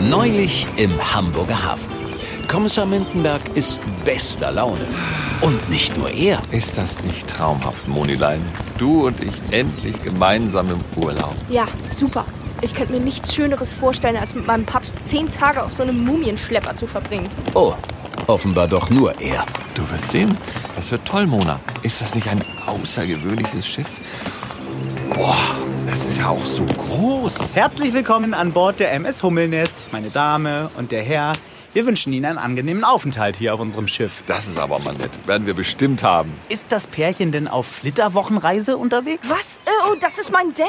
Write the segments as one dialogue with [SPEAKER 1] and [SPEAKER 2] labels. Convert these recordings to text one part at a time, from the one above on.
[SPEAKER 1] Neulich im Hamburger Hafen. Kommissar Mindenberg ist bester Laune. Und nicht nur er.
[SPEAKER 2] Ist das nicht traumhaft, Monilein? Du und ich endlich gemeinsam im Urlaub.
[SPEAKER 3] Ja, super. Ich könnte mir nichts Schöneres vorstellen, als mit meinem Papst zehn Tage auf so einem Mumienschlepper zu verbringen.
[SPEAKER 1] Oh, offenbar doch nur er.
[SPEAKER 2] Du wirst sehen, das wird toll, Mona. Ist das nicht ein außergewöhnliches Schiff? Boah, das ist ja auch so groß.
[SPEAKER 4] Herzlich willkommen an Bord der MS Hummelnest, meine Dame und der Herr. Wir wünschen Ihnen einen angenehmen Aufenthalt hier auf unserem Schiff.
[SPEAKER 2] Das ist aber mal nett. Werden wir bestimmt haben.
[SPEAKER 4] Ist das Pärchen denn auf Flitterwochenreise unterwegs?
[SPEAKER 3] Was? Oh, das ist mein Dad.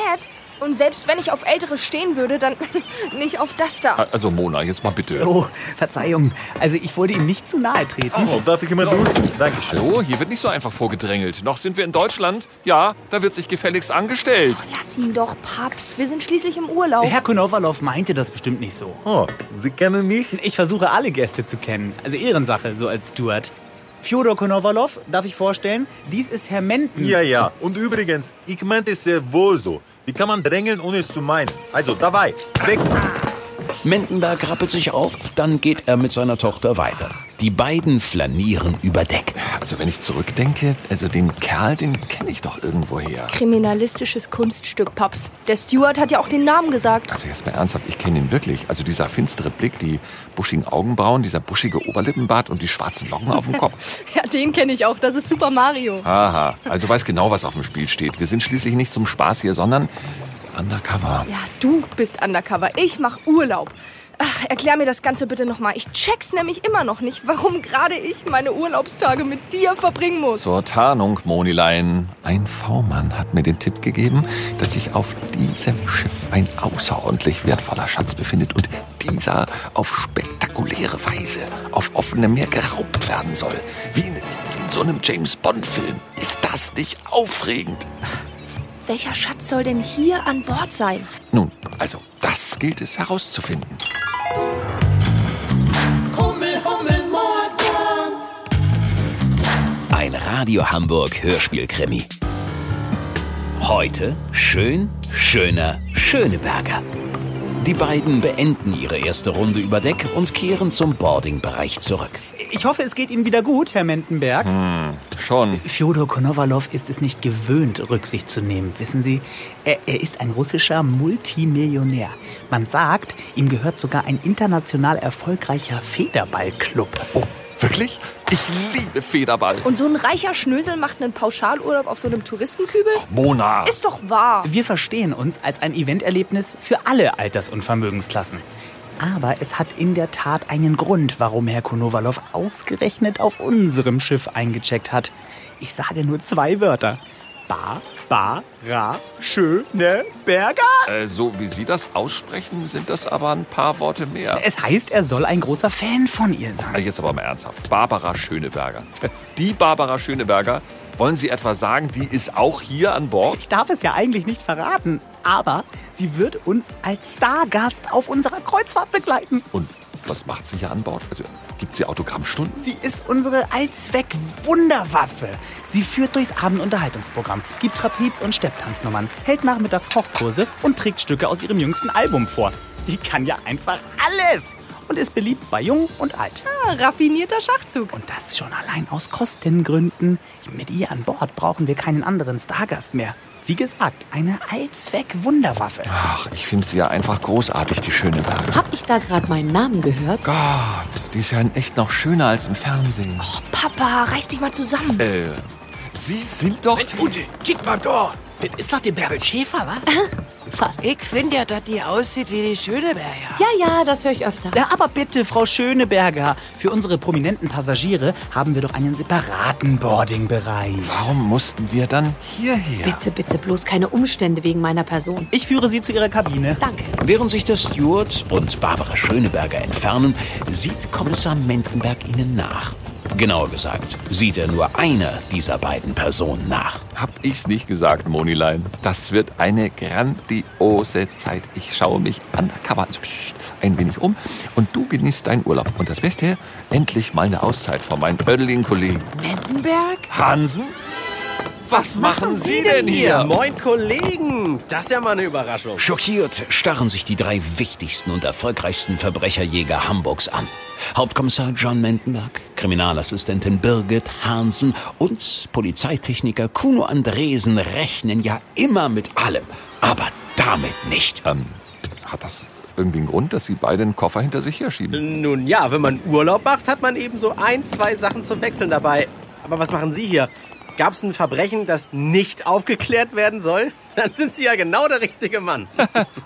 [SPEAKER 3] Und selbst wenn ich auf Ältere stehen würde, dann nicht auf das da.
[SPEAKER 2] Also Mona, jetzt mal bitte.
[SPEAKER 4] Oh, Verzeihung. Also ich wollte Ihnen nicht zu nahe treten.
[SPEAKER 5] Oh, darf ich immer durch? Dankeschön.
[SPEAKER 2] Hallo, hier wird nicht so einfach vorgedrängelt. Noch sind wir in Deutschland. Ja, da wird sich gefälligst angestellt.
[SPEAKER 3] Lass ihn doch, Paps. Wir sind schließlich im Urlaub.
[SPEAKER 4] Herr Konowalow meinte das bestimmt nicht so.
[SPEAKER 5] Oh, Sie kennen mich?
[SPEAKER 4] Ich versuche alle Gäste zu kennen. Also Ehrensache, so als Steward. Fjodor Konowalow, darf ich vorstellen? Dies ist Herr Menden.
[SPEAKER 5] Ja, ja. Und übrigens, ich meinte es sehr wohl so. Wie kann man drängeln, ohne es zu meinen? Also, dabei, weg.
[SPEAKER 1] Mindenberg rappelt sich auf, dann geht er mit seiner Tochter weiter. Die beiden flanieren über Deck.
[SPEAKER 2] Also wenn ich zurückdenke, also den Kerl, den kenne ich doch irgendwoher.
[SPEAKER 3] Kriminalistisches Kunststück, Paps. Der Steward hat ja auch den Namen gesagt.
[SPEAKER 2] Also jetzt mal ernsthaft, ich kenne ihn wirklich. Also dieser finstere Blick, die buschigen Augenbrauen, dieser buschige Oberlippenbart und die schwarzen Locken auf dem Kopf.
[SPEAKER 3] Ja, den kenne ich auch. Das ist Super Mario.
[SPEAKER 2] Aha, also du weißt genau, was auf dem Spiel steht. Wir sind schließlich nicht zum Spaß hier, sondern undercover.
[SPEAKER 3] Ja, du bist undercover. Ich mach Urlaub. Ach, erklär mir das Ganze bitte nochmal. Ich check's nämlich immer noch nicht, warum gerade ich meine Urlaubstage mit dir verbringen muss.
[SPEAKER 2] Zur Tarnung, Monilein. Ein V-Mann hat mir den Tipp gegeben, dass sich auf diesem Schiff ein außerordentlich wertvoller Schatz befindet und dieser auf spektakuläre Weise auf offenem Meer geraubt werden soll. Wie in, in so einem James-Bond-Film. Ist das nicht aufregend?
[SPEAKER 3] Welcher Schatz soll denn hier an Bord sein?
[SPEAKER 2] Nun, also, das gilt es herauszufinden.
[SPEAKER 1] Ein Radio Hamburg Hörspielkrimi. Heute schön, schöner Schöneberger. Die beiden beenden ihre erste Runde über Deck und kehren zum Boardingbereich zurück.
[SPEAKER 4] Ich hoffe, es geht Ihnen wieder gut, Herr Mendenberg.
[SPEAKER 5] Mhm.
[SPEAKER 2] Schon.
[SPEAKER 4] Fjodor Konowalow ist es nicht gewöhnt, Rücksicht zu nehmen. Wissen Sie, er, er ist ein russischer Multimillionär. Man sagt, ihm gehört sogar ein international erfolgreicher Federballclub.
[SPEAKER 2] Oh, wirklich? Ich liebe Federball.
[SPEAKER 3] Und so ein reicher Schnösel macht einen Pauschalurlaub auf so einem Touristenkübel?
[SPEAKER 2] Mona.
[SPEAKER 3] Ist doch wahr.
[SPEAKER 4] Wir verstehen uns als ein Eventerlebnis für alle Alters- und Vermögensklassen. Aber es hat in der Tat einen Grund, warum Herr Konowalow ausgerechnet auf unserem Schiff eingecheckt hat. Ich sage nur zwei Wörter. Ba, ba, ra, schöne Berger.
[SPEAKER 2] Äh, so wie Sie das aussprechen, sind das aber ein paar Worte mehr.
[SPEAKER 4] Es heißt, er soll ein großer Fan von ihr sein.
[SPEAKER 2] Äh, Jetzt aber mal ernsthaft. Barbara Schöneberger. Die Barbara Schöneberger, wollen Sie etwa sagen, die ist auch hier an Bord?
[SPEAKER 4] Ich darf es ja eigentlich nicht verraten, aber sie wird uns als Stargast auf unserer Kreuzfahrt begleiten.
[SPEAKER 2] Und was macht sie hier an Bord? Also, gibt sie Autogrammstunden?
[SPEAKER 4] Sie ist unsere Allzweck-Wunderwaffe. Sie führt durchs Abendunterhaltungsprogramm, gibt Trapez- und Stepptanznummern, hält nachmittags Kochkurse und trägt Stücke aus ihrem jüngsten Album vor. Sie kann ja einfach alles und ist beliebt bei Jung und Alt.
[SPEAKER 3] Ah, raffinierter Schachzug.
[SPEAKER 4] Und das schon allein aus Kostengründen. Mit ihr an Bord brauchen wir keinen anderen Stargast mehr. Wie gesagt, eine Allzweck-Wunderwaffe.
[SPEAKER 2] Ach, ich finde sie ja einfach großartig, die Schöneberger.
[SPEAKER 6] Hab ich da gerade meinen Namen gehört?
[SPEAKER 2] Gott, die ist ja in echt noch schöner als im Fernsehen.
[SPEAKER 3] Oh, Papa, reiß dich mal zusammen.
[SPEAKER 2] Äh, Sie sind doch...
[SPEAKER 7] Ute, kick mal da. Das ist doch die Bärbel Schäfer, wa?
[SPEAKER 6] Fast.
[SPEAKER 7] Ich finde ja, dass die aussieht wie die Schöneberger.
[SPEAKER 6] Ja, ja, das höre ich öfter.
[SPEAKER 4] Ja, aber bitte, Frau Schöneberger, für unsere prominenten Passagiere haben wir doch einen separaten Boardingbereich.
[SPEAKER 2] Warum mussten wir dann hierher?
[SPEAKER 6] Bitte, bitte, bloß keine Umstände wegen meiner Person.
[SPEAKER 4] Ich führe Sie zu Ihrer Kabine.
[SPEAKER 6] Danke.
[SPEAKER 1] Während sich der Steward und Barbara Schöneberger entfernen, sieht Kommissar Mendenberg ihnen nach. Genauer gesagt, sieht er nur einer dieser beiden Personen nach.
[SPEAKER 2] Hab ich's nicht gesagt, Monilein. Das wird eine grandiose Zeit. Ich schaue mich undercover also pssst, ein wenig um und du genießt deinen Urlaub. Und das Beste, endlich mal eine Auszeit von meinen ödeligen Kollegen.
[SPEAKER 7] Mendenberg?
[SPEAKER 2] Hansen? Was machen Sie denn hier?
[SPEAKER 7] Moin Kollegen, das ist ja mal eine Überraschung.
[SPEAKER 1] Schockiert starren sich die drei wichtigsten und erfolgreichsten Verbrecherjäger Hamburgs an. Hauptkommissar John Mendenberg, Kriminalassistentin Birgit Hansen und Polizeitechniker Kuno Andresen rechnen ja immer mit allem, aber damit nicht.
[SPEAKER 2] Ähm, Hat das irgendwie einen Grund, dass Sie beide einen Koffer hinter sich herschieben?
[SPEAKER 7] Nun ja, wenn man Urlaub macht, hat man eben so ein, zwei Sachen zum Wechseln dabei. Aber was machen Sie hier? Gab es ein Verbrechen, das nicht aufgeklärt werden soll? Dann sind Sie ja genau der richtige Mann.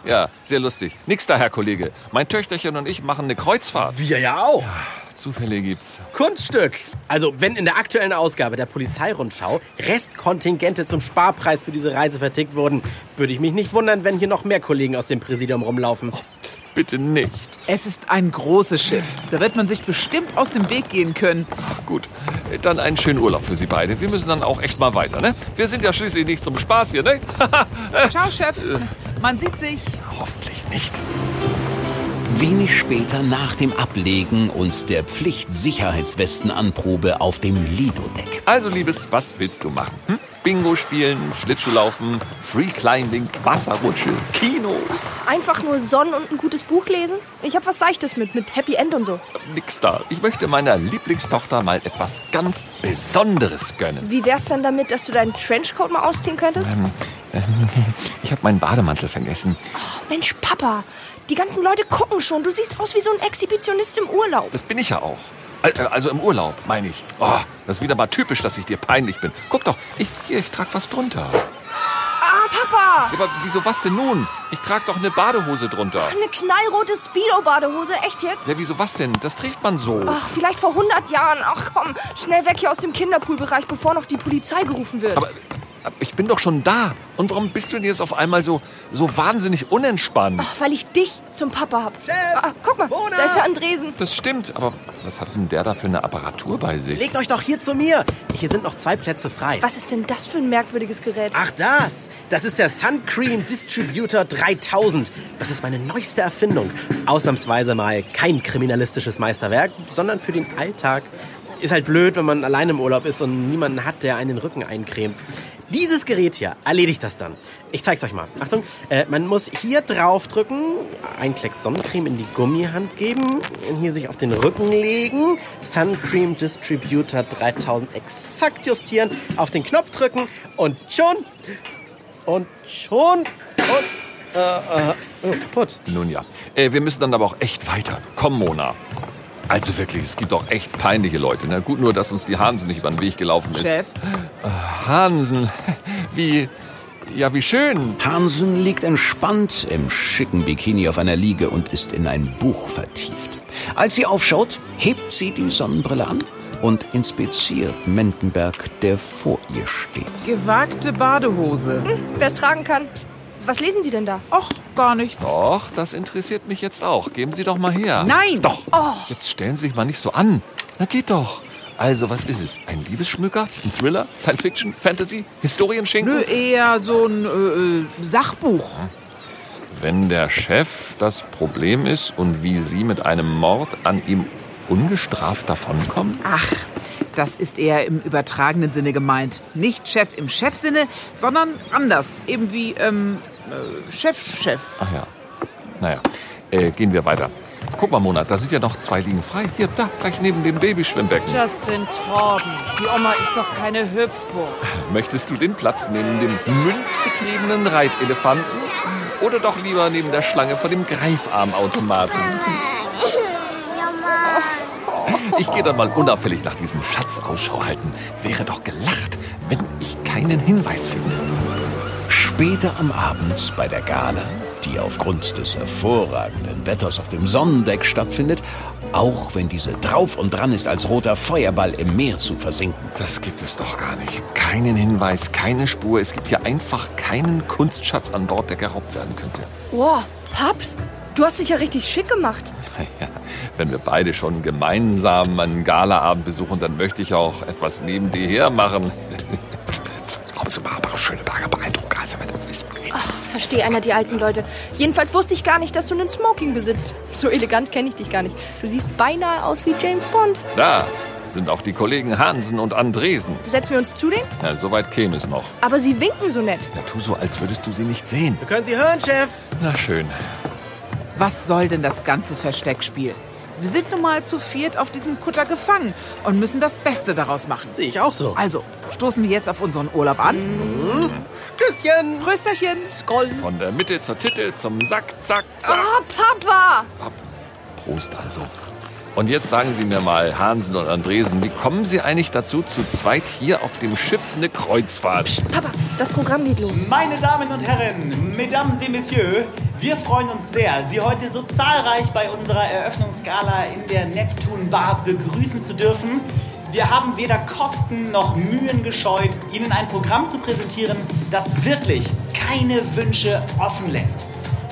[SPEAKER 2] Ja, sehr lustig. Nix da, Herr Kollege. Mein Töchterchen und ich machen eine Kreuzfahrt.
[SPEAKER 7] Wir ja auch.
[SPEAKER 2] Zufälle gibt's.
[SPEAKER 7] Kunststück. Also, wenn in der aktuellen Ausgabe der Polizeirundschau Restkontingente zum Sparpreis für diese Reise vertickt wurden, würde ich mich nicht wundern, wenn hier noch mehr Kollegen aus dem Präsidium rumlaufen.
[SPEAKER 2] Bitte nicht.
[SPEAKER 8] Es ist ein großes Schiff. Da wird man sich bestimmt aus dem Weg gehen können.
[SPEAKER 2] Gut, dann einen schönen Urlaub für Sie beide. Wir müssen dann auch echt mal weiter, ne? Wir sind ja schließlich nicht zum Spaß hier, ne?
[SPEAKER 8] Ciao, Chef. Man sieht sich.
[SPEAKER 2] Hoffentlich nicht.
[SPEAKER 1] Wenig später nach dem Ablegen und der Pflicht-Sicherheitswesten-Anprobe auf dem Lido-Deck.
[SPEAKER 2] Also, Liebes, was willst du machen? Hm? Bingo spielen, Schlittschuhlaufen, Free Climbing, Wasserrutsche, Kino.
[SPEAKER 3] Einfach nur Sonnen und ein gutes Buch lesen? Ich hab was Seichtes mit, mit Happy End und so.
[SPEAKER 2] Nix da. Ich möchte meiner Lieblingstochter mal etwas ganz Besonderes gönnen.
[SPEAKER 3] Wie wär's denn damit, dass du deinen Trenchcoat mal ausziehen könntest?
[SPEAKER 2] Ich habe meinen Bademantel vergessen.
[SPEAKER 3] Mensch, Papa, die ganzen Leute gucken schon. Du siehst aus wie so ein Exhibitionist im Urlaub.
[SPEAKER 2] Das bin ich ja auch. Alter, also im Urlaub, meine ich. Oh, das ist wieder mal typisch, dass ich dir peinlich bin. Guck doch, ich, hier, ich trag was drunter.
[SPEAKER 3] Ah, Papa!
[SPEAKER 2] Ja, Aber wieso was denn nun? Ich trag doch eine Badehose drunter.
[SPEAKER 3] Eine knallrote Speedo-Badehose, echt jetzt?
[SPEAKER 2] Ja, wieso was denn? Das trägt man so.
[SPEAKER 3] Ach, vielleicht vor 100 Jahren. Ach komm, schnell weg hier aus dem Kinderpoolbereich, bevor noch die Polizei gerufen wird.
[SPEAKER 2] Aber, aber ich bin doch schon da. Und warum bist du denn jetzt auf einmal so, so wahnsinnig unentspannt?
[SPEAKER 3] Ach, weil ich dich zum Papa hab. Chef, ah, guck mal, da ist ja Andresen.
[SPEAKER 2] Das stimmt, aber was hat denn der da für eine Apparatur bei sich?
[SPEAKER 7] Legt euch doch hier zu mir. Hier sind noch zwei Plätze frei.
[SPEAKER 3] Was ist denn das für ein merkwürdiges Gerät?
[SPEAKER 7] Ach das, das ist der Suncream Distributor 3000. Das ist meine neueste Erfindung. Ausnahmsweise mal kein kriminalistisches Meisterwerk, sondern für den Alltag. Ist halt blöd, wenn man allein im Urlaub ist und niemanden hat, der einen den Rücken eincremt. Dieses Gerät hier erledigt das dann. Ich zeig's euch mal. Achtung, äh, man muss hier drauf drücken, einen Kleck Sonnencreme in die Gummihand geben, hier sich auf den Rücken legen, Suncream Distributor 3000 exakt justieren, auf den Knopf drücken und schon und schon. Und, äh, äh, oh, kaputt.
[SPEAKER 2] Nun ja, äh, wir müssen dann aber auch echt weiter. Komm, Mona. Also wirklich, es gibt auch echt peinliche Leute. Na gut, nur dass uns die Hansen nicht über den Weg gelaufen ist. Äh,
[SPEAKER 8] Chef,
[SPEAKER 2] Hansen, wie, ja, wie schön.
[SPEAKER 1] Hansen liegt entspannt im schicken Bikini auf einer Liege und ist in ein Buch vertieft. Als sie aufschaut, hebt sie die Sonnenbrille an und inspiziert Mendenberg, der vor ihr steht.
[SPEAKER 8] gewagte Badehose.
[SPEAKER 3] Wer es tragen kann. Was lesen Sie denn da?
[SPEAKER 8] Och, gar nichts.
[SPEAKER 2] Doch, das interessiert mich jetzt auch. Geben Sie doch mal her.
[SPEAKER 8] Nein!
[SPEAKER 2] Doch! Jetzt stellen Sie sich mal nicht so an. Na geht doch. Also, was ist es? Ein Liebesschmücker? Ein Thriller? Science Fiction? Fantasy? Historienschinken?
[SPEAKER 8] Nö, eher so ein äh, äh, Sachbuch.
[SPEAKER 2] Wenn der Chef das Problem ist und wie Sie mit einem Mord an ihm ungestraft davonkommen?
[SPEAKER 8] Ach, das ist eher im übertragenen Sinne gemeint. Nicht Chef im Chefsinne, sondern anders. Eben wie ähm, äh, Chef, Chef.
[SPEAKER 2] Ach ja. Naja, äh, gehen wir weiter. Guck mal, Mona, da sind ja noch zwei Liegen frei. Hier, da, gleich neben dem Babyschwimmbecken.
[SPEAKER 9] Justin Torben, die Oma ist doch keine Hüpfburg.
[SPEAKER 2] Möchtest du den Platz neben dem münzbetriebenen Reitelefanten? Oder doch lieber neben der Schlange vor dem Greifarmautomaten? Ich gehe dann mal unauffällig nach diesem Schatz Ausschau halten. Wäre doch gelacht, wenn ich keinen Hinweis finde.
[SPEAKER 1] Später am Abend bei der Gala, die aufgrund des hervorragenden Wetters auf dem Sonnendeck stattfindet, auch wenn diese drauf und dran ist, als roter Feuerball im Meer zu versinken.
[SPEAKER 2] Das gibt es doch gar nicht. Keinen Hinweis, keine Spur. Es gibt hier einfach keinen Kunstschatz an Bord, der geraubt werden könnte.
[SPEAKER 3] Wow, Paps, du hast dich ja richtig schick gemacht.
[SPEAKER 2] Ja, wenn wir beide schon gemeinsam einen Galaabend besuchen, dann möchte ich auch etwas neben dir her machen. Warum ist Barbara Schöneberger beeindruckt? Also mit uns ist
[SPEAKER 3] Das verstehe einer die alten Leute. Jedenfalls wusste ich gar nicht, dass du einen Smoking besitzt. So elegant kenne ich dich gar nicht. Du siehst beinahe aus wie James Bond.
[SPEAKER 2] Da, sind auch die Kollegen Hansen und Andresen.
[SPEAKER 3] Setzen wir uns zu denen?
[SPEAKER 2] Ja, soweit käme es noch.
[SPEAKER 3] Aber sie winken so nett.
[SPEAKER 2] Ja, tu so, als würdest du sie nicht sehen.
[SPEAKER 7] Wir können Sie hören, Chef.
[SPEAKER 2] Na schön.
[SPEAKER 8] Was soll denn das ganze Versteckspiel? Wir sind nun mal zu viert auf diesem Kutter gefangen und müssen das Beste daraus machen.
[SPEAKER 7] Sehe ich auch so.
[SPEAKER 8] Also, stoßen wir jetzt auf unseren Urlaub an.
[SPEAKER 7] Küsschen.
[SPEAKER 8] Prösterchen!
[SPEAKER 2] Von der Mitte zur Titte, zum Sack, zack, zack.
[SPEAKER 3] Ah, Papa!
[SPEAKER 7] Ah.
[SPEAKER 2] Prost also. Und jetzt sagen Sie mir mal, Hansen und Andresen, wie kommen Sie eigentlich dazu, zu zweit hier auf dem Schiff eine Kreuzfahrt?
[SPEAKER 3] Papa, das Programm geht los.
[SPEAKER 10] Meine Damen und Herren, Mesdames et Messieurs, wir freuen uns sehr, Sie heute so zahlreich bei unserer Eröffnungsgala in der Neptun Bar begrüßen zu dürfen. Wir haben weder Kosten noch Mühen gescheut, Ihnen ein Programm zu präsentieren, das wirklich keine Wünsche offen lässt.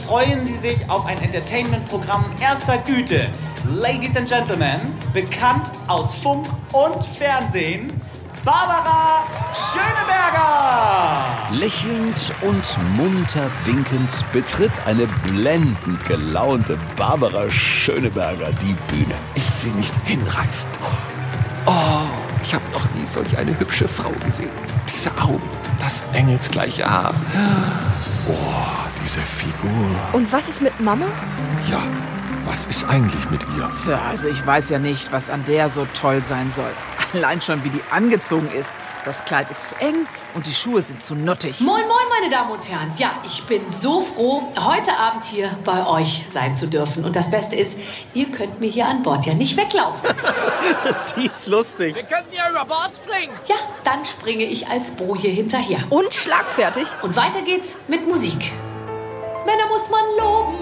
[SPEAKER 10] Freuen Sie sich auf ein Entertainment-Programm erster Güte. Ladies and Gentlemen, bekannt aus Funk und Fernsehen, Barbara Schöneberger!
[SPEAKER 1] Lächelnd und munter winkend betritt eine blendend gelaunte Barbara Schöneberger die Bühne.
[SPEAKER 2] Ist sie nicht hinreißend? Oh, ich habe noch nie solch eine hübsche Frau gesehen. Diese Augen, das engelsgleiche Haar. Oh, diese Figur.
[SPEAKER 3] Und was ist mit Mama?
[SPEAKER 2] Ja, was ist eigentlich mit ihr?
[SPEAKER 8] Tja, also ich weiß ja nicht, was an der so toll sein soll. Allein schon, wie die angezogen ist. Das Kleid ist zu eng und die Schuhe sind zu nuttig.
[SPEAKER 11] Moin, moin, meine Damen und Herren. Ja, ich bin so froh, heute Abend hier bei euch sein zu dürfen. Und das Beste ist, ihr könnt mir hier an Bord ja nicht weglaufen.
[SPEAKER 7] Die ist lustig.
[SPEAKER 11] Ja, dann springe ich als Bo hier hinterher.
[SPEAKER 3] Und schlagfertig?
[SPEAKER 11] Und weiter geht's mit Musik. Männer muss man loben,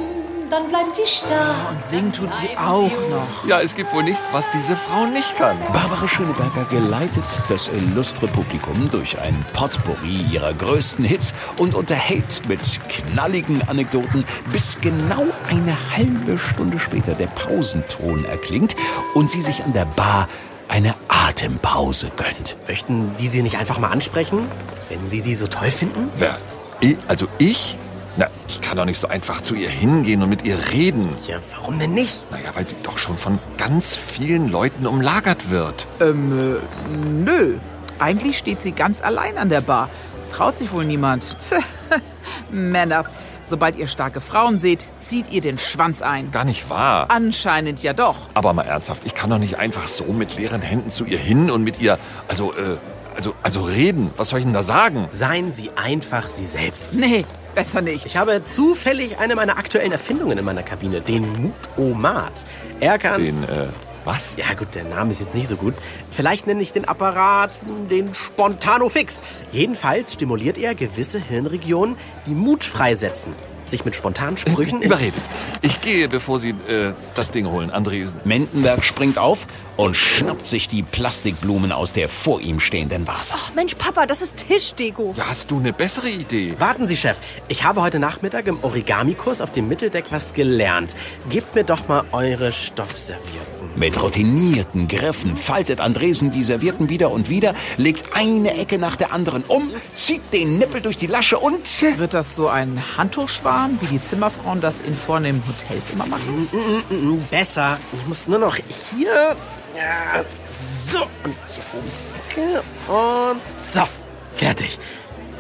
[SPEAKER 11] dann bleiben sie stark.
[SPEAKER 8] Und singen tut sie auch noch.
[SPEAKER 2] Ja, es gibt wohl nichts, was diese Frau nicht kann.
[SPEAKER 1] Barbara Schöneberger geleitet das illustre Publikum durch ein Potpourri ihrer größten Hits und unterhält mit knalligen Anekdoten, bis genau eine halbe Stunde später der Pausenton erklingt und sie sich an der Bar eine Atempause gönnt.
[SPEAKER 7] Möchten Sie sie nicht einfach mal ansprechen, wenn Sie sie so toll finden?
[SPEAKER 2] Wer? I- Also ich? Na, ich kann doch nicht so einfach zu ihr hingehen und mit ihr reden.
[SPEAKER 7] Ja, warum denn nicht?
[SPEAKER 2] Naja, weil sie doch schon von ganz vielen Leuten umlagert wird.
[SPEAKER 8] Nö, eigentlich steht sie ganz allein an der Bar. Traut sich wohl niemand. Tja, Männer, sobald ihr starke Frauen seht, zieht ihr den Schwanz ein.
[SPEAKER 2] Gar nicht wahr.
[SPEAKER 8] Anscheinend ja doch.
[SPEAKER 2] Aber mal ernsthaft, ich kann doch nicht einfach so mit leeren Händen zu ihr hin und mit ihr, also, äh, also, also reden. Was soll ich denn da sagen?
[SPEAKER 7] Seien Sie einfach Sie selbst.
[SPEAKER 8] Nee, besser nicht.
[SPEAKER 7] Ich habe zufällig eine meiner aktuellen Erfindungen in meiner Kabine, den Mutomat. Er kann...
[SPEAKER 2] Den, äh, was?
[SPEAKER 7] Ja gut, der Name ist jetzt nicht so gut. Vielleicht nenne ich den Apparat hm, den Spontanofix. Jedenfalls stimuliert er gewisse Hirnregionen, die Mut freisetzen, sich mit spontanen Sprüchen... in-
[SPEAKER 2] Überredet. Ich gehe, bevor Sie äh, das Ding holen, Andresen.
[SPEAKER 1] Mendenberg springt auf und schnappt sich die Plastikblumen aus der vor ihm stehenden Vase.
[SPEAKER 3] Ach Mensch, Papa, das ist Tischdeko.
[SPEAKER 2] Ja, hast du eine bessere Idee?
[SPEAKER 7] Warten Sie, Chef. Ich habe heute Nachmittag im Origami-Kurs auf dem Mitteldeck was gelernt. Gebt mir doch mal eure Stoffservierten.
[SPEAKER 1] Mit routinierten Griffen faltet Andresen die Servietten wieder und wieder, legt eine Ecke nach der anderen um, zieht den Nippel durch die Lasche und...
[SPEAKER 8] Wird das so ein Handtuchschwarm, wie die Zimmerfrauen das in vornehmen Hotels immer machen?
[SPEAKER 7] Hm. Besser. Ich muss nur noch hier. Ja, so. Und hier oben die Ecke. Und so. Fertig.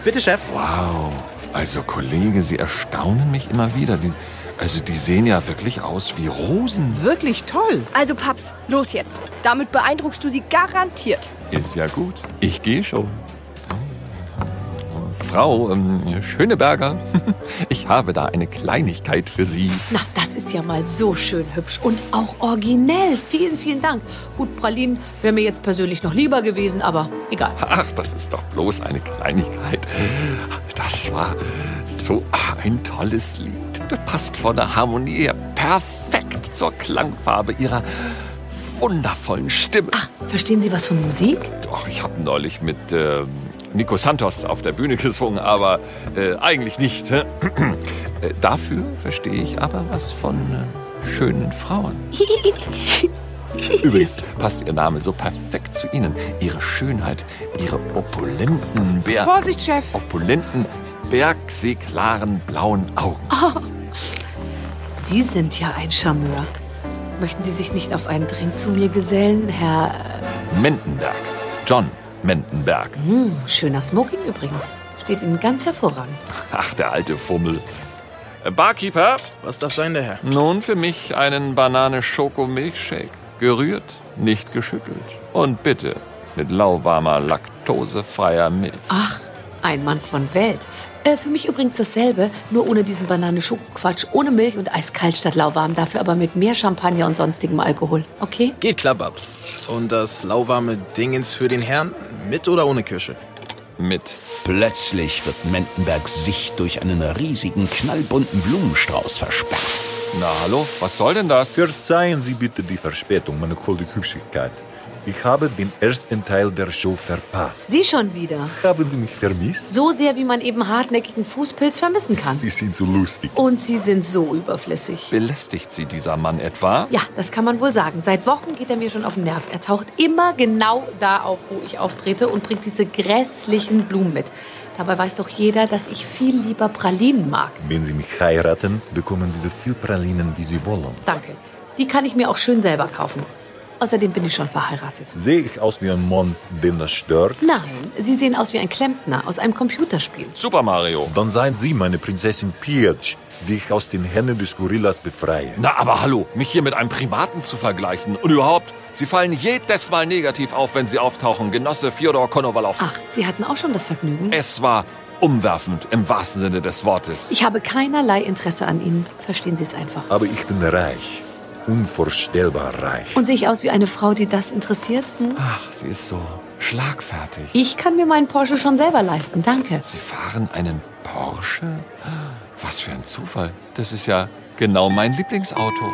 [SPEAKER 7] Bitte, Chef.
[SPEAKER 2] Wow. Also, Kollege, Sie erstaunen mich immer wieder. Die, also, die sehen ja wirklich aus wie Rosen.
[SPEAKER 8] Wirklich toll.
[SPEAKER 3] Also, Paps, los jetzt. Damit beeindruckst du sie garantiert.
[SPEAKER 2] Ist ja gut. Ich gehe schon. Frau ähm, Schöneberger, ich habe da eine Kleinigkeit für Sie.
[SPEAKER 6] Na, das ist ja mal so schön hübsch und auch originell. Vielen, vielen Dank. Gut, Pralinen wäre mir jetzt persönlich noch lieber gewesen, aber egal.
[SPEAKER 2] Ach, das ist doch bloß eine Kleinigkeit. Das war so ein tolles Lied. Das passt von der Harmonie her perfekt zur Klangfarbe Ihrer wundervollen Stimme.
[SPEAKER 6] Ach, verstehen Sie was von Musik?
[SPEAKER 2] Doch, ich habe neulich mit äh, Nico Santos auf der Bühne gesungen, aber äh, eigentlich nicht. Äh, dafür verstehe ich aber was von äh, schönen Frauen. Übrigens passt Ihr Name so perfekt zu Ihnen. Ihre Schönheit, Ihre opulenten Berg...
[SPEAKER 8] Vorsicht, Chef.
[SPEAKER 2] Opulenten, bergseeklaren blauen Augen.
[SPEAKER 6] Sie sind ja ein Charmeur. Möchten Sie sich nicht auf einen Drink zu mir gesellen, Herr
[SPEAKER 2] Mendenberg. John Mendenberg.
[SPEAKER 6] Hm, schöner Smoking übrigens. Steht Ihnen ganz hervorragend.
[SPEAKER 2] Ach, der alte Fummel. Äh, Barkeeper.
[SPEAKER 12] Was darf sein, der Herr?
[SPEAKER 2] Nun für mich einen Banane-Schoko-Milchshake. Gerührt, nicht geschüttelt. Und bitte mit lauwarmer, laktosefreier Milch.
[SPEAKER 6] Ach, ein Mann von Welt. Äh, für mich übrigens dasselbe, nur ohne diesen Banane-Schokoquatsch, ohne Milch und eiskalt statt lauwarm, dafür aber mit mehr Champagner und sonstigem Alkohol. Okay?
[SPEAKER 12] Geht klar, Babs. Und das lauwarme Dingens für den Herrn? Mit oder ohne Kirsche?
[SPEAKER 2] Mit.
[SPEAKER 1] Plötzlich wird Mendenbergs Sicht durch einen riesigen, knallbunten Blumenstrauß versperrt.
[SPEAKER 2] Na hallo, was soll denn das?
[SPEAKER 5] Verzeihen Sie bitte die Verspätung, meine kollige Hübschigkeit. Ich habe den ersten Teil der Show verpasst.
[SPEAKER 6] Sie schon wieder.
[SPEAKER 5] Haben Sie mich vermisst?
[SPEAKER 6] So sehr, wie man eben hartnäckigen Fußpilz vermissen kann.
[SPEAKER 5] Sie sind so lustig.
[SPEAKER 6] Und Sie sind so überflüssig.
[SPEAKER 2] Belästigt sie dieser Mann etwa?
[SPEAKER 6] Ja, das kann man wohl sagen. Seit Wochen geht er mir schon auf den Nerv. Er taucht immer genau da auf, wo ich auftrete und bringt diese grässlichen Blumen mit. Dabei weiß doch jeder, dass ich viel lieber Pralinen mag.
[SPEAKER 5] Wenn Sie mich heiraten, bekommen Sie so viel Pralinen, wie Sie wollen.
[SPEAKER 6] Danke. Die kann ich mir auch schön selber kaufen. Außerdem bin ich schon verheiratet.
[SPEAKER 5] Sehe ich aus wie ein Mann, den das stört?
[SPEAKER 6] Nein, Sie sehen aus wie ein Klempner aus einem Computerspiel.
[SPEAKER 2] Super Mario.
[SPEAKER 5] Dann seien Sie meine Prinzessin Peach, die ich aus den Händen des Gorillas befreie.
[SPEAKER 2] Na, aber hallo, mich hier mit einem Primaten zu vergleichen. Und überhaupt, Sie fallen jedes Mal negativ auf, wenn Sie auftauchen, Genosse Fjodor Konovalov.
[SPEAKER 6] Ach, Sie hatten auch schon das Vergnügen?
[SPEAKER 2] Es war umwerfend im wahrsten Sinne des Wortes.
[SPEAKER 6] Ich habe keinerlei Interesse an Ihnen. Verstehen Sie es einfach.
[SPEAKER 5] Aber ich bin reich. Unvorstellbar reich.
[SPEAKER 6] Und sehe ich aus wie eine Frau, die das interessiert? Hm?
[SPEAKER 2] Ach, sie ist so schlagfertig.
[SPEAKER 6] Ich kann mir meinen Porsche schon selber leisten, danke.
[SPEAKER 2] Sie fahren einen Porsche? Was für ein Zufall. Das ist ja genau mein Lieblingsauto.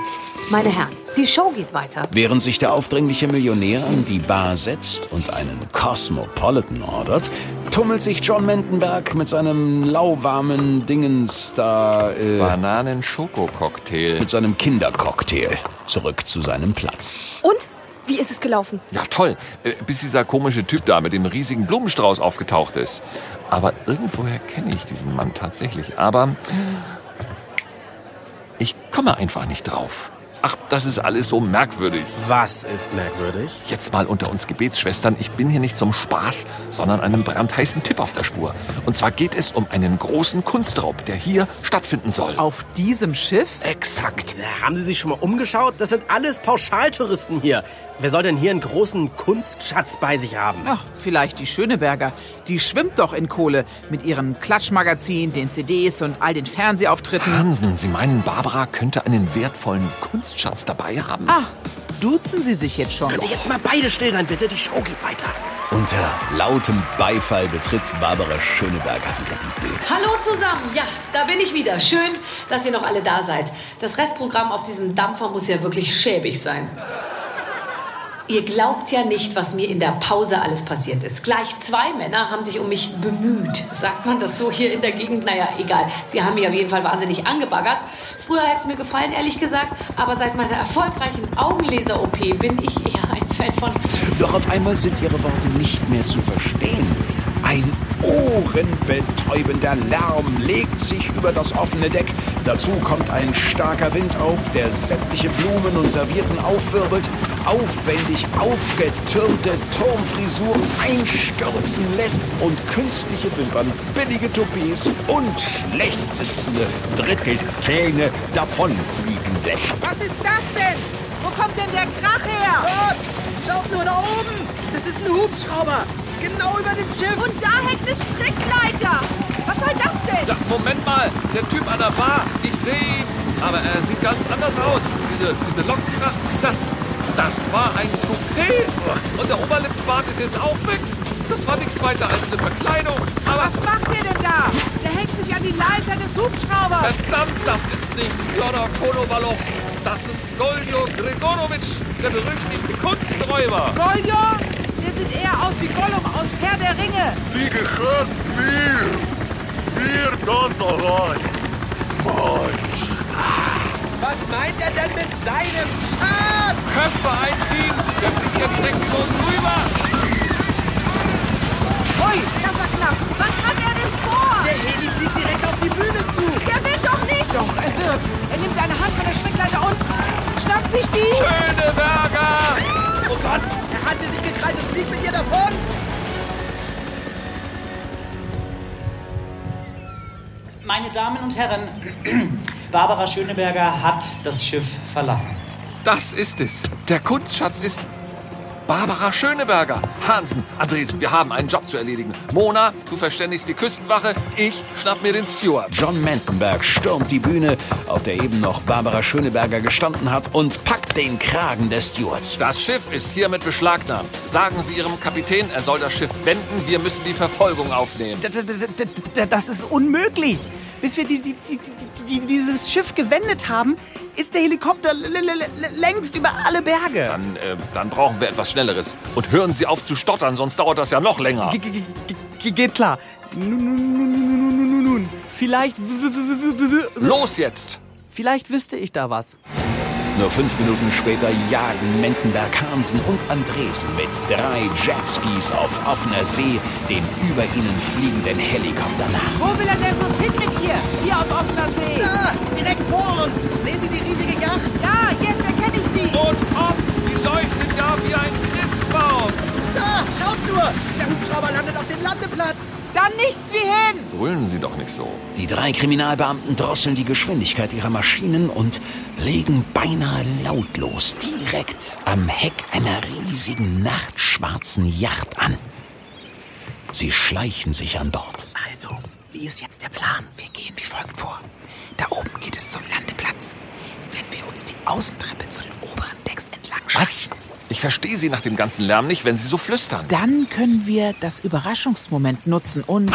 [SPEAKER 6] Meine Herren, die Show geht weiter.
[SPEAKER 1] Während sich der aufdringliche Millionär an die Bar setzt und einen Cosmopolitan ordert, tummelt sich John Mendenberg mit seinem lauwarmen Dingens da. Äh,
[SPEAKER 2] Bananen-Schoko-Cocktail.
[SPEAKER 1] mit seinem Kindercocktail zurück zu seinem Platz.
[SPEAKER 3] Und? Wie ist es gelaufen?
[SPEAKER 2] Ja, toll, äh, bis dieser komische Typ da mit dem riesigen Blumenstrauß aufgetaucht ist. Aber irgendwoher kenne ich diesen Mann tatsächlich. Aber ich komme einfach nicht drauf. Ach, das ist alles so merkwürdig.
[SPEAKER 7] Was ist merkwürdig?
[SPEAKER 2] Jetzt mal unter uns Gebetsschwestern, ich bin hier nicht zum Spaß, sondern einem brandheißen Tipp auf der Spur. Und zwar geht es um einen großen Kunstraub, der hier stattfinden soll.
[SPEAKER 8] Auf diesem Schiff?
[SPEAKER 2] Exakt.
[SPEAKER 7] Na, Haben Sie sich schon mal umgeschaut? Das sind alles Pauschaltouristen hier. Wer soll denn hier einen großen Kunstschatz bei sich haben?
[SPEAKER 8] Ach, vielleicht die Schöneberger. Die schwimmt doch in Kohle mit ihrem Klatschmagazin, den CDs und all den
[SPEAKER 9] Hm.
[SPEAKER 8] Fernsehauftritten.
[SPEAKER 2] Hansen, Sie meinen, Barbara könnte einen wertvollen Kunstschatz dabei haben?
[SPEAKER 8] Ah, duzen Sie sich jetzt schon.
[SPEAKER 7] Könnt ihr jetzt mal beide still sein, bitte? Die Show geht weiter.
[SPEAKER 1] Unter lautem Beifall betritt Barbara Schöneberger wieder die Bühne.
[SPEAKER 11] Hallo zusammen, ja, da bin ich wieder. Schön, dass ihr noch alle da seid. Das Restprogramm auf diesem Dampfer muss ja wirklich schäbig sein. Ihr glaubt ja nicht, was mir in der Pause alles passiert ist. Gleich zwei Männer haben sich um mich bemüht. Sagt man das so hier in der Gegend? Naja, egal. Sie haben mich auf jeden Fall wahnsinnig angebaggert. Früher hätte es mir gefallen, ehrlich gesagt. Aber seit meiner erfolgreichen Augenlaser-OP bin ich eher ein Fan von
[SPEAKER 1] Doch auf einmal sind ihre Worte nicht mehr zu verstehen. Ein ohrenbetäubender Lärm legt sich über das offene Deck. Dazu kommt ein starker Wind auf, der sämtliche Blumen und Servietten aufwirbelt, aufwendig aufgetürmte Turmfrisuren einstürzen lässt und künstliche Wimpern, billige Toupees und schlecht sitzende Drittelkähne davonfliegen lässt.
[SPEAKER 9] Was ist das denn? Wo kommt denn der Krach her? Dort! Schaut nur da oben! Das ist ein Hubschrauber! Genau über dem Schiff!
[SPEAKER 3] Und da hängt eine Strickleiter. Was soll das denn?
[SPEAKER 2] Ja, Moment mal, der Typ an der Bar, ich sehe ihn, aber er sieht ganz anders aus. Diese, diese Lockenkraft, das, das war ein Toupet. Und der Oberlippenbart ist jetzt auch weg. Das war nichts weiter als eine Verkleidung. Aber
[SPEAKER 9] Was macht ihr denn da? Der hängt sich an die Leiter des Hubschraubers!
[SPEAKER 2] verdammt, das ist nicht Fjodor Konovalov. Das ist Goljo Gregorowitsch, der berüchtigte Kunsträuber.
[SPEAKER 9] Goljo? Wir sind eher aus wie Gollum aus Herr der Ringe!
[SPEAKER 5] Sie gehört mir. Mir ganz allein. Mensch.
[SPEAKER 9] Was meint er denn mit seinem Schatz?
[SPEAKER 2] Köpfe einziehen, der fliegt ja direkt über uns rüber.
[SPEAKER 9] Hui, das war knapp!
[SPEAKER 3] Was hat er denn vor?
[SPEAKER 9] Der Heli fliegt direkt auf die Bühne zu!
[SPEAKER 3] Der will doch nicht.
[SPEAKER 9] Doch, er wird! Er nimmt seine Hand von der Strickleiter und schnappt sich die! Oh
[SPEAKER 2] Schöneberger!
[SPEAKER 9] Er hat sie sich gekrallt! Flieg mit ihr davon!
[SPEAKER 10] Meine Damen und Herren, Barbara Schöneberger hat das Schiff verlassen.
[SPEAKER 2] Das ist es. Der Kunstschatz ist Barbara Schöneberger. Hansen, Andresen, wir haben einen Job zu erledigen. Mona, du verständigst die Küstenwache. Ich schnapp mir den Steward.
[SPEAKER 1] John Mentenberg stürmt die Bühne, auf der eben noch Barbara Schöneberger gestanden hat, und packt den Kragen des Stewards.
[SPEAKER 2] Das Schiff ist hiermit beschlagnahmt. Sagen Sie Ihrem Kapitän, er soll das Schiff wenden. Wir müssen die Verfolgung aufnehmen.
[SPEAKER 4] D- d- d- d- d- Das ist unmöglich. Bis wir die, die, die, die, die, dieses Schiff gewendet haben, ist der Helikopter l- l- l- längst über alle Berge.
[SPEAKER 2] Dann, äh, dann brauchen wir etwas Schnelleres. Und hören Sie auf zu stottern, sonst dauert das ja noch länger.
[SPEAKER 4] Ge- ge- ge- ge- Geht klar. Nun, nun, nun, nun, nun, nun, nun, nun. Vielleicht. w- w- w- w- w-
[SPEAKER 2] Los jetzt!
[SPEAKER 4] Vielleicht wüsste ich da was.
[SPEAKER 1] Nur fünf Minuten später jagen Mentenberg, Hansen und Andresen mit drei Jetskis auf offener See den über ihnen fliegenden Helikopter nach.
[SPEAKER 9] Wo will er denn bloß hin mit ihr? Hier auf offener See. Da, direkt vor uns. Sehen Sie die riesige Yacht? Ja, jetzt erkenne ich sie. Und ob, die leuchtet ja wie ein Christbaum. Da, schaut nur. Der Hubschrauber landet auf dem Landeplatz. Dann nichts wie hin.
[SPEAKER 2] Brüllen Sie doch nicht so.
[SPEAKER 1] Die drei Kriminalbeamten drosseln die Geschwindigkeit ihrer Maschinen und legen beinahe lautlos direkt am Heck einer riesigen nachtschwarzen Yacht an. Sie schleichen sich an Bord.
[SPEAKER 9] Also, wie ist jetzt der Plan? Wir gehen wie folgt vor. Da oben geht es zum Landeplatz. Wenn wir uns die Außentreppe zu den oberen Decks entlang
[SPEAKER 2] Was? Ich verstehe Sie nach dem ganzen Lärm nicht, wenn Sie so flüstern.
[SPEAKER 8] Dann können wir das Überraschungsmoment nutzen und.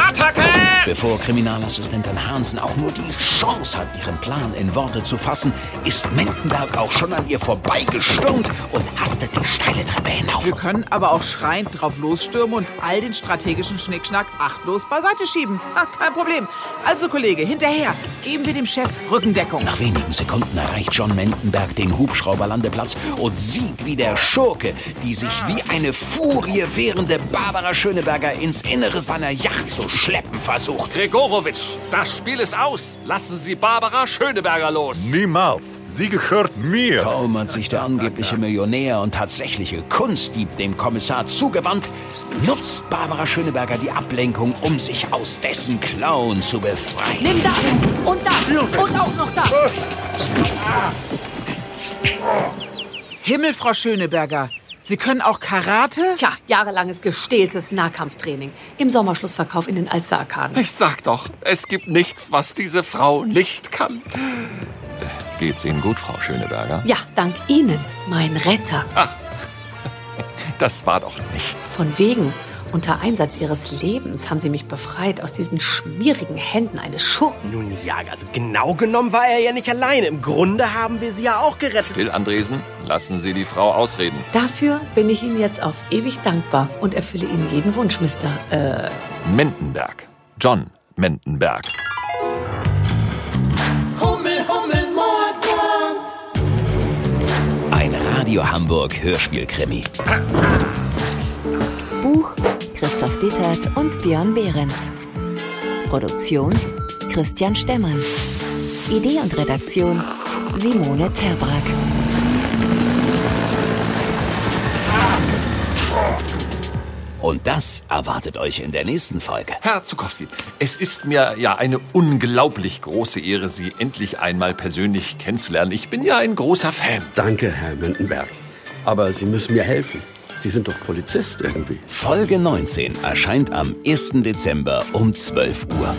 [SPEAKER 1] Bevor Kriminalassistentin Hansen auch nur die Chance hat, ihren Plan in Worte zu fassen, ist Mendenberg auch schon an ihr vorbeigestürmt und hastet die steile Treppe hinauf.
[SPEAKER 8] Wir können aber auch schreiend drauf losstürmen und all den strategischen Schnickschnack achtlos beiseite schieben. Ah, kein Problem. Also, Kollege, hinterher geben wir dem Chef Rückendeckung.
[SPEAKER 1] Nach wenigen Sekunden erreicht John Mendenberg den Hubschrauberlandeplatz und sieht, wie der Schurke, die sich wie eine Furie wehrende Barbara Schöneberger ins Innere seiner Yacht zu schleppen versucht.
[SPEAKER 2] Gregorowitsch, das Spiel ist aus. Lassen Sie Barbara Schöneberger los.
[SPEAKER 1] Niemals. Sie gehört mir. Kaum hat sich der angebliche Millionär und tatsächliche Kunstdieb dem Kommissar zugewandt, nutzt Barbara Schöneberger die Ablenkung, um sich aus dessen Klauen zu befreien.
[SPEAKER 6] Nimm das und das und auch noch das.
[SPEAKER 8] Himmel, Frau Schöneberger, Sie können auch Karate?
[SPEAKER 6] Tja, jahrelanges gestähltes Nahkampftraining. Im Sommerschlussverkauf in den Alster-Arkaden.
[SPEAKER 2] Ich sag doch, es gibt nichts, was diese Frau nicht kann. Äh, Geht's Ihnen gut, Frau Schöneberger?
[SPEAKER 6] Ja, dank Ihnen, mein Retter.
[SPEAKER 2] Das war doch nicht.
[SPEAKER 6] Von wegen. Unter Einsatz Ihres Lebens haben Sie mich befreit aus diesen schmierigen Händen eines Schurken.
[SPEAKER 7] Nun ja, also genau genommen war er ja nicht alleine. Im Grunde haben wir sie ja auch gerettet.
[SPEAKER 2] Still, Andresen, lassen Sie die Frau ausreden.
[SPEAKER 6] Dafür bin ich Ihnen jetzt auf ewig dankbar und erfülle Ihnen jeden Wunsch, Mister. Äh,
[SPEAKER 2] Mendenberg. John Mendenberg.
[SPEAKER 9] Hummel, Hummel, Mordbrand.
[SPEAKER 1] Ein Radio Hamburg Hörspielkrimi.
[SPEAKER 13] Buch Christoph Dittert und Björn Behrens. Produktion Christian Stemmann. Idee und Redaktion Simone Terbrack.
[SPEAKER 1] Und das erwartet euch in der nächsten Folge.
[SPEAKER 2] Herr Zukowski, es ist mir ja eine unglaublich große Ehre, Sie endlich einmal persönlich kennenzulernen. Ich bin ja ein großer Fan.
[SPEAKER 14] Danke, Herr Mendenberg. Aber Sie müssen mir helfen. Sie sind doch Polizist irgendwie.
[SPEAKER 1] Folge 19 erscheint am 1. Dezember um 12 Uhr.